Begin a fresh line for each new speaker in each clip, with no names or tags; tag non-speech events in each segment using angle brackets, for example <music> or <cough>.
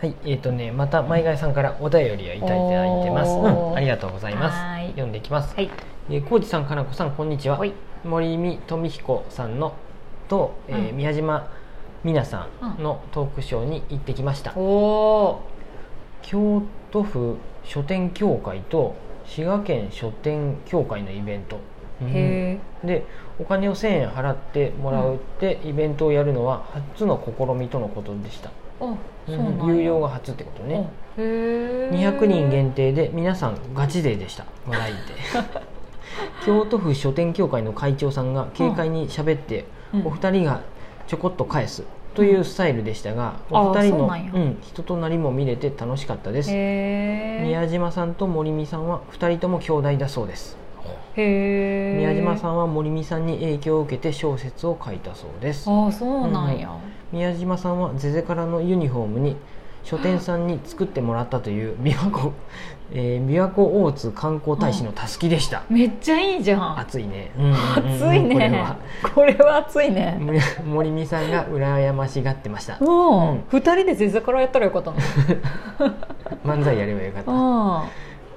はい、えっ、とね、また前貝さんからお便りをいただいていてます。
おー
うんありがとうございま
はーい
す。読んでいきます。
はい
えー、こうじさん、かなこさん、こんにちは
お。い
森見富彦さんのと、えー
うん
宮島美奈さんのトークショーに行ってきました、
おお
京都府書店協会と滋賀県書店協会のイベント、うん
へ
でお金を1000円払ってもらうってイベントをやるのは初の試みとのことでした、
ーあそう
う
なんんや
有料が初ってことね
あへえ
200人限定で皆さんガチ勢でした笑い
<laughs>
で京都府書店協会の会長さんが軽快に喋って、
うん
お二人がちょこっと返すというスタイルでしたが、
うん
お二人の
あーそうなんや
うん人となりも見れて楽しかったです、
へえ
宮島さんと森美さんは二人とも兄弟だそうです
へえ
宮島さ
ん
んは森美さんに影響を受けて小説を書いたそうです
ああそうなんや、
宮島さんはゼゼからのユニフォームに書店さんに作ってもらったという琵琶湖、 <laughs> えー琵琶湖大津観光大使のたすきでした、
めっちゃいいじゃん
暑いね、うんうんうん
暑いね
これは <laughs>
これは暑いね
む森美さんが羨ましがってました
もう
うん
2人で全然からやったら
<laughs>
よかったの
漫才やればよかっ
あ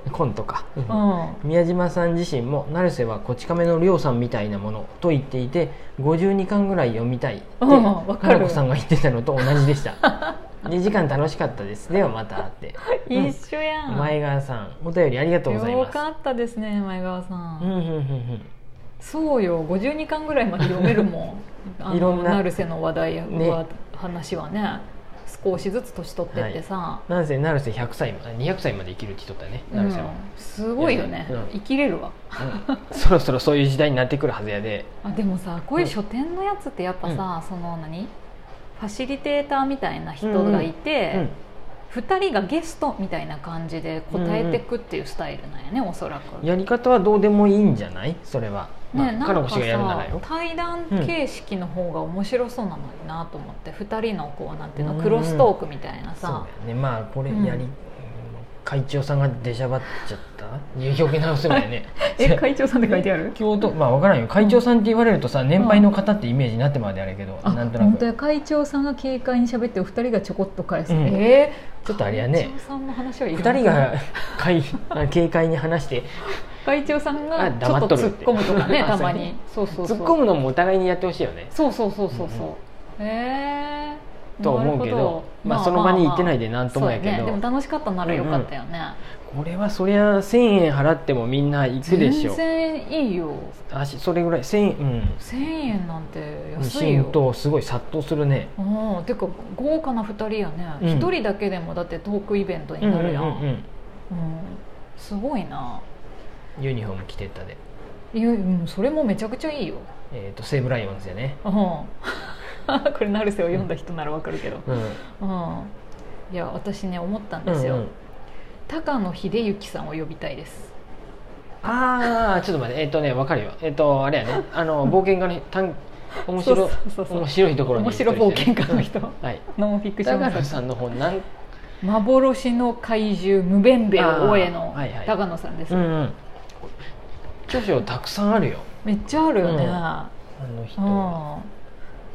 たコントか、うん
あ
宮島さん自身も成瀬はこち亀のりょうさんみたいなものと言っていて52巻ぐらい読みたいって
うんわか
花
る
子さんが言ってたのと同じでした
<laughs>
2時間楽しかったですではまたって
うん一緒やん
前川さんお便りありがとうござい
よ
ます
かったですね前川さ
うん
ん
うんうん
そうよ52巻ぐらいまで読める
<laughs>
もんあの
いろんな
成瀬の話題や、
ね
わ話はね少しずつ年取ってってさ、
うんなんせ成瀬100歳まで200歳まで生きるって言っとったね
う
成
ん
瀬は、、
すごいよね、
うん
生きれるわ <laughs>
うんそろそろそういう時代になってくるはずやで
あでもさこういう書店のやつってやっぱさ、その何ファシリテーターみたいな人がいて、
うん
2人がゲストみたいな感じで答えてくっていうスタイルなんやね、おそらく。
やり方はどうでもいいんじゃないそれは、まあ、
ね、なん
か
から
こ氏がやるならよ
さ対談形式の方が面白そうなのになと思って、2人のこうなんていう
うん
の
うん
クロストークみたいな
そう
さ、
だよねまあこれ
うん
やり、会長さんが出しゃばっちゃったいう表現直せばいい
<laughs>
ね
え会長さんって書いてある
京都まあ分からんよ会長さんって言われるとさ年配の方ってイメージになってまうであれやけど、
あ
なんとな
本当
く
や会長さんが軽快に喋ってお二人がちょこっと返す、
うん
えー
ちょっとあれやね
会長さんの話はいらん
2人が
<laughs>
会あ軽快に話して
会長さん
あ
がちょ
黙
っ
っ
と
とる
突っ込むとかね
<laughs> あ
た
そう
ま
ね
にそうそうそ
突
う
っ込むのもお互いにやってほしいよね
そうそうそうそう
うん
そうへえ
と思うけどまあその場に行ってないでなんともやけど
そうね、でも楽しかったならよかったよね、
これはそりゃ1000円払ってもみんな行くでしょ
全然いいよ
あしそれぐらい1000円
1000円なんて
うん
安いよ
浸透すごい殺到するね
うん、てか豪華な2人や
うん
ね、一1人だけでもだってトークイベントになるやん、うん
うんうん
すごいな
うん、ユニフォーム着てったで、
いやうんそれもめちゃくちゃいいよ、
えー、と西武ライオンズやね
うん、 <laughs> これ成瀬を読んだ人ならわかるけど、
うん
うん、いや私ね思ったん
う
です
ん
よ、
うん
高野秀幸さんを呼びたいです
ああちょっと待ってえっ、とねわかるよえっ、とあれやねあ
<laughs>
の冒険家の探面白
そうそうそう
面白いところに
面白い冒険家の人
うんはい
ノンフィクショ
高野
ン作
さんの本なん
幻の怪獣無弁兵衛を追え
あ
の
ーはいはい
高野さんです、
うんうん著書たくさんあるよ
めっちゃあるよね、
あの人
う
は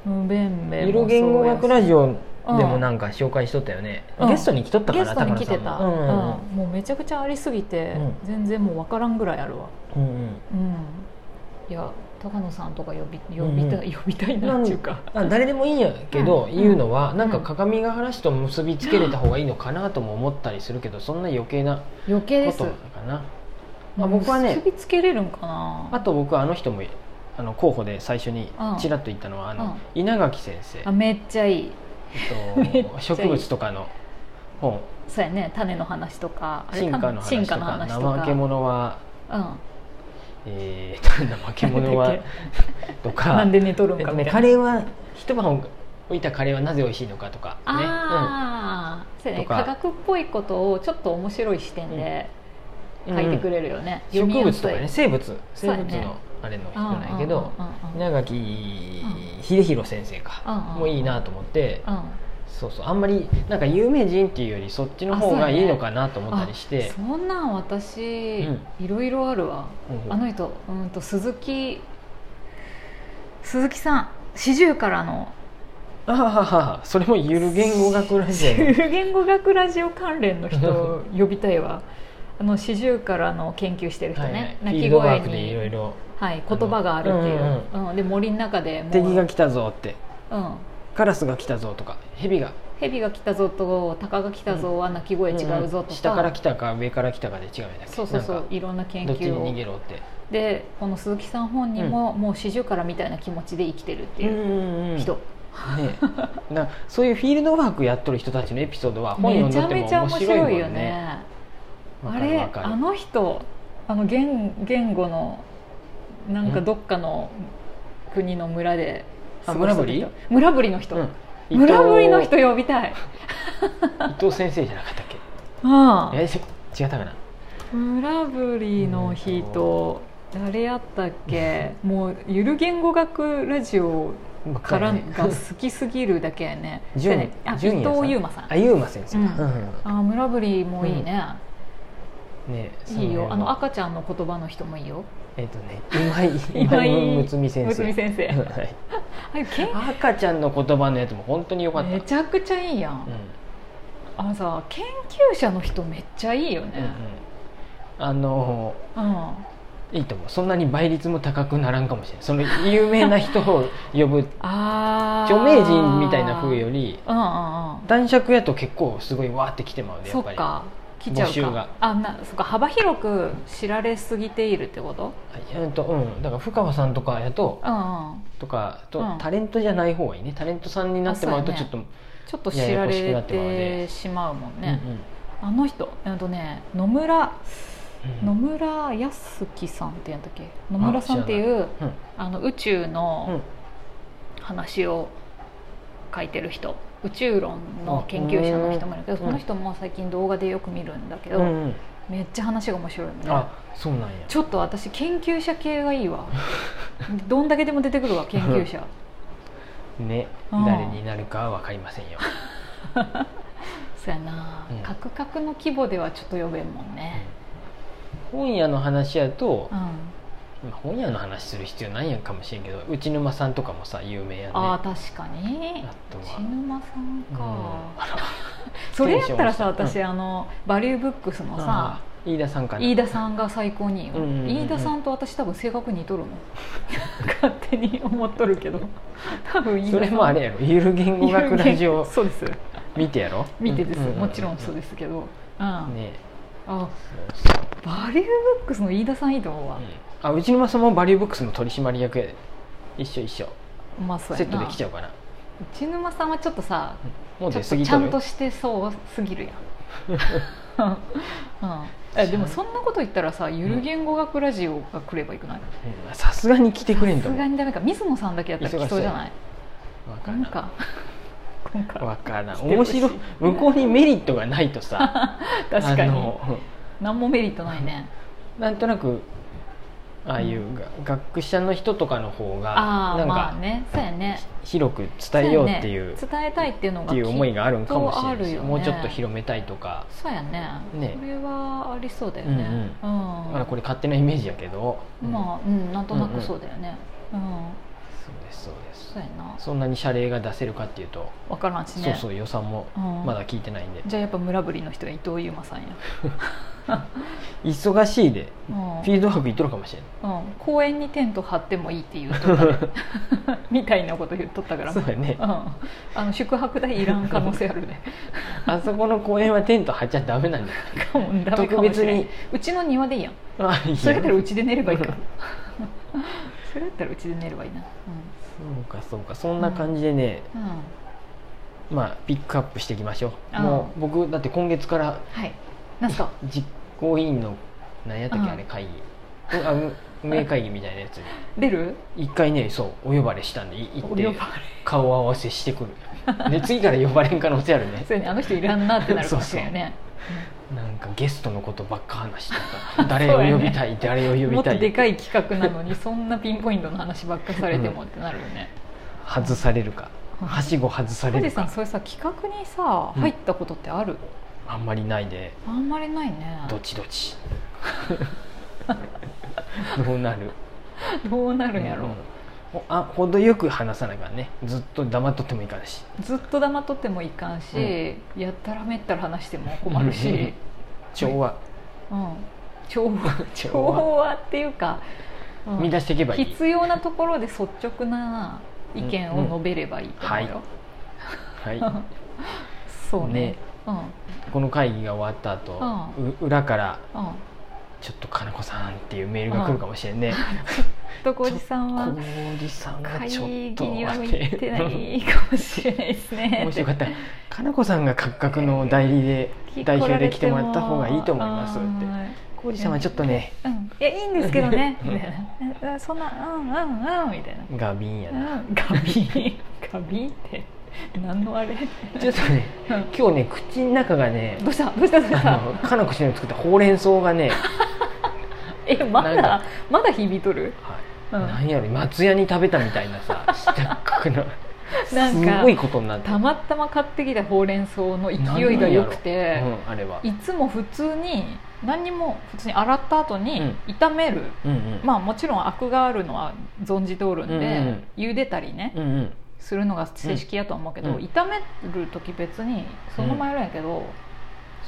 ん無弁兵衛
色言語学ラジオでもなんか紹介しとったよね、
うん
ゲストに来とったか
ゲ
ら
ストに来
高
てた、
野さんもうん
うんもうめちゃくちゃありすぎて、
う
全然もう分からんぐらいあるわ
うんうん
うんいや高野さんとか呼び呼びたい、呼びたいな
な
っ
ん
ていうか
あ誰でもいいんやけど、
うん
言うのは
うん
なんか鏡ヶ原市と結びつけれた方がいいのかなとも思ったりするけどそんな余計な
余計
こ
です
とかなあ僕はね
結びつけれるんかな
あと僕はあの人もあの候補で最初にちらっと言ったのはあの、稲垣先生、
あめっちゃいい
えっと、植物とかの本
そうやね種の話とかあれ
進化の
進
話と
化
か
の話とか
怠け者は、
うん
えー、怠け者
な
は
んだっ
と
けな
か
んで寝とるん
えっ
か
と
み
ね、
た
カ
いな
レーは一晩置いたカレーはなぜ美味しいのかとかね。
ああそうやね
とか
科学っぽいことをちょっと面白い視点で
うん
書いてくれるよね
植
読み
物
や
と
すい
かね生物
そう
生
や
物
ね
のあれの人
うんうんうんうん
なんやけど
うん
稲垣秀弘先生
うん
か
うん
もういいなと思って
うん
そうそうあんまりなんか有名人っていうよりそっちの方がいいのかなと思ったりして
そんなん私
うん
いろいろあるわ
うん
あの人うんと鈴木鈴木さん四十からの
ああそれもゆる言語学ラジオ
<laughs>
の
言語学ラジオ関連の人を呼びたいわあの四十からの研究してる人
はいはい
ね、
フィー
鳴き
ルドワ
声
ークでいろい
に、
ろ
はい、言葉があるっていう、
う
うんで森の中でもう
敵が来たぞって
うん、
カラスが来たぞとか蛇が
蛇が来たぞと鷹が来たぞは鳴き声違うぞとか、
下から来たか上から来たかで違うんだっけ
そうそうそ
なん
う
か
いろんな研
どっちに
究
逃
を
げろって
でこの鈴木さん本人も、もう四十からみたいな気持ちで生きてるっていう
いう
人、
ね、なそういうフィールドワークやっとる人たちのエピソードは本読ん
めち
で
ゃ
ても
めちゃ
面
面
白
白い
いも
よ
んね。
ね
わ
あ
かる
れ
わかる
あの人あの言言語のなんかどっかの国の村で
あ
過ごしてた人村ぶりの人、
うん伊藤
村ぶりの人呼びたい
伊藤先生じゃなかったっけ？
ああ
え違ったかな？
村ぶりの人誰やったっけもうゆる言語学ラジオから
ね
が好きすぎるだけやね
純
そうやねあ伊
純也さん
藤優馬さん
<laughs> あゆうま先生
う
か。
んあー村ぶりもいいね、
うんね
いいよあの
赤
赤ちゃんの言葉の人もいいよ
えっとね今井今
今井
井睦美先
むつ
生。
み先生
はい
あいうけん
<laughs> 赤ちゃんの言葉のやつも本当に良かった。
めちゃくちゃいいやん、
うん
あのさ研究者の人めっちゃいいよ
うんうん
ね、
あのー
うん
いいと思うそんなに倍率も高くならんかもしれないその有名な人を呼ぶ
あー
著名人みたいな風より
うんうんうん
男爵やと結構すごいわーって来てまうでや
そ
っぱ
っ
り
か来ちゃ
募
う
集が
かあなそっか幅広く知られすぎているってこと
えっとうんだから深川さんとかやと
うんうん
とかと、
うん
タレントじゃない方がいいねタレントさんになってもらうと
あ
ち
そ
ょっ
うやね
と
ちょっと知ら
ややこしくな
れ
ってまうで
てしまうもん
うん
ねあの人えっとね野村
うん
野村康樹さんってやったっけ野村さんっていう
うん
あの宇宙
う
の
ん
話を書いてる人宇宙論の研究者の人もいるけど
うん
その人も最近動画でよく見るんだけ
うん
ど
うん
めっちゃ話が面白いのね
あそうなんや
ちょっと私研究者系がいいわ <laughs> どんだけでも出てくるわ研究者
ね
うん
誰になるかは分かりませんよ、
そうやな
うん
カクカクの規模ではちょっと呼べんもんね
本屋の話やと
う、ん
まあ本屋の話する必要ないやんかもしれんけど内沼さんとかもさ有名やね
あー確かに
あとは
千沼さん
うん
か
あら
<laughs> それやったらさ
テンシ
私あのバリューブックスのさ
あー飯田さんかな
飯田さんが最高にいいよ
うんうんうんうん
飯田さんと私多分性格似とるの <laughs> 勝手に思っとるけ
<laughs>
ど多分飯田さ
そ
ん
れもあれやろゆる言語学ラジオ
<laughs> そうです
見てやろ
見てです
ううう
もちろんそうですけどうん
ね
あ
そうそう
バリューブックスの飯田さんいいと思うわ
うんあうちのマさんもバリューブックスの取締役やで一緒一緒
まあそう
セ
や
ットで
な
きちゃうかな
内沼さんはちょっとさ
もう
ち
出
ょっ
過
と
ぎ
ちゃ
と
ん
る
としてそうす
<laughs>
ぎるやん、うん、えでもそんなこと言ったらさゆる言語学ラジオが来ればいくない
うんさすがに来てくれんと
さす
思
が
う
にダメか水野さんだけやったら来そうじゃない
わから
なん
ん <laughs>
か今回
わからん
来てほ
面
しい
白い向こうにメリットがないとさ
<laughs> 確か
あ
に
の
何もメリットないね
なんとなくああいうが学者の人とかの方が
ああ
なん
まあ
か
ねそうやね
広く伝えようっていう
そやね伝えたいっていうの
っ
が
ていう思いがあるんかもしれないし、
きっとあるよね
もうちょっと広めたいとか、
そうやね
ね
これはありそうだよねうん、
まだこれ勝手なイメージやけど、
まあうんなんとなくそうだよねうん
あそうですそうです
そうやな
そんなに謝礼が出せるかっていうと、
分からんし
そう
ね
そう予算も
うん
まだ聞いてないんで、
じゃあやっぱ村ぶりの人は伊藤優馬さんや、
忙しいで
う
フ
ん
ィールドワーク行っとるかもしれない、
うん公園にテント張ってもいいって言う
<laughs>
とったねみたいなこと言っとったから
そうやね
うん、あの宿泊代いらん可能性ある
<laughs>
ね
あそこの公園はテント張っちゃダメなんだよ
かも <laughs> ダメかもしれ
特別
ん
に
うちの庭でいいやん
あいいよ
それやったら
そう
ちで寝ればいいか
うん
<laughs> それやったらうちで寝ればいいな
うかそうかそんな感じでね、
うん、うん、
まあピックアップしていきましょう
うん
もう僕だって今月から
はいなんすか
実行委員の何やったっけ、
うん
あれ会議あう運営会議みたいなやつに
出る
一回ねそうお呼ばれしたんでい行
お呼
っ
ばれ
て顔合わせしてくるで次から呼ばれん可能性ある
<laughs>
ね
そうやねあの人いらんなってなるかもしれないね
なんかゲストのことばっか話して
<laughs>
た誰を呼びたい、誰を呼
も
び
ったとで
い
かい企画なのにそんなピンポイントの話ばっかされてもってなるよね
外されるかはしご外され
富
る
士さん
か
そういうさ企画にさ
うん
入ったことってある、
あんまりないで
あんまりないね
どっちどっち
<laughs>
どうなる
どうなるんや
う
ろ、
んほあ程よく話さないからねずっと黙っとってもいかんし
ずっと黙っとってもいかんし、やったらめったら話しても困るし、
調和
うん、調和
<laughs> 調
<laughs> 調
和
和っていうか、うん
見出していけばいい
必要なところで率直な意見を述べればいいと思うよ、 <laughs>
はい
そうね
ね
うん
この会議が終わった後、う裏から
うん
「ちょっと金子さん」っていうメールが来るかもしれんね
と浩二さんは
小路さんが
会
ちょっ
議
と
には
っ
向いてな
て
いかもしれないですね
もしよかったら金子さんが各々の代理で代表で来てもらった方がいいと思いますって
て
小路さんはちょっとね
うん、いやいいんですけどねみ
<laughs>
たいなうんそんなうんうんうんみたいな
ガビンやな
うんガビガビって何のあれ
ちょっとね
うん
今日ね口の中がね
どうしたどうしたどうし
あ
た
のかのこしの作ったほうれん草がね、
えま
なん
だ
か
まだ響いとるうん
なんやろ松屋に食べたみたいなさ
<laughs>
したくな
な
す
んか
ごいことになって
たまたま買ってきたほうれん草の勢いが良くて
なんやろうん、あれはい
つも普通に何にも普通に洗った後に
うん
炒める、
うんうん
まあもちろんアクがあるのは存じておるんで、
うんうん
茹でたりね、
うんうん
するのが正式やとは思うけど、
うん
炒める時別にそのままやるんやけど、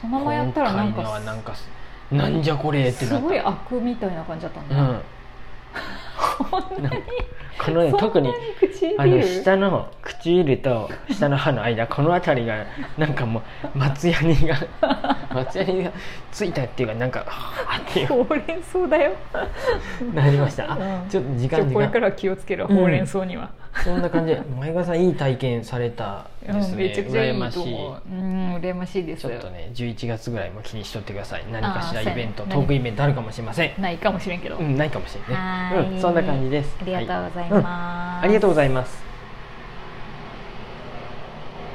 そのままやったらなん
今回のは
か
なんかすなんじゃこれって
す
なった
ごいアクみたいな感じだったん
う
だ、
ん
こ <laughs> んなに
このね特にあの
唇
下の唇と下の歯の間この辺りがなんかもう松ヤニ
<laughs>
が松ヤニがついたっていうかなんかあーっていう
ほうれん草だよ
なりましたあ
うん
ちょっと時
ちょ
間時
これ
間
からは気をつけるわ
うん
ほうれん草には、
そんな感じで前川さんいい体験された
う
で
ん
すね、
めちゃくちゃい
羨
い
まし
と
い
思ううん羨ましいです
ちょっとね11月ぐらいも気にしとってください何かしら
あー
イベント
そうやね
トークイベントあるかもしれません
ないかもしれんけど、
うんないかもしれないね
はーい
うんそんな感じです
ありがとうござい
は
ます、
いうんありがとうございます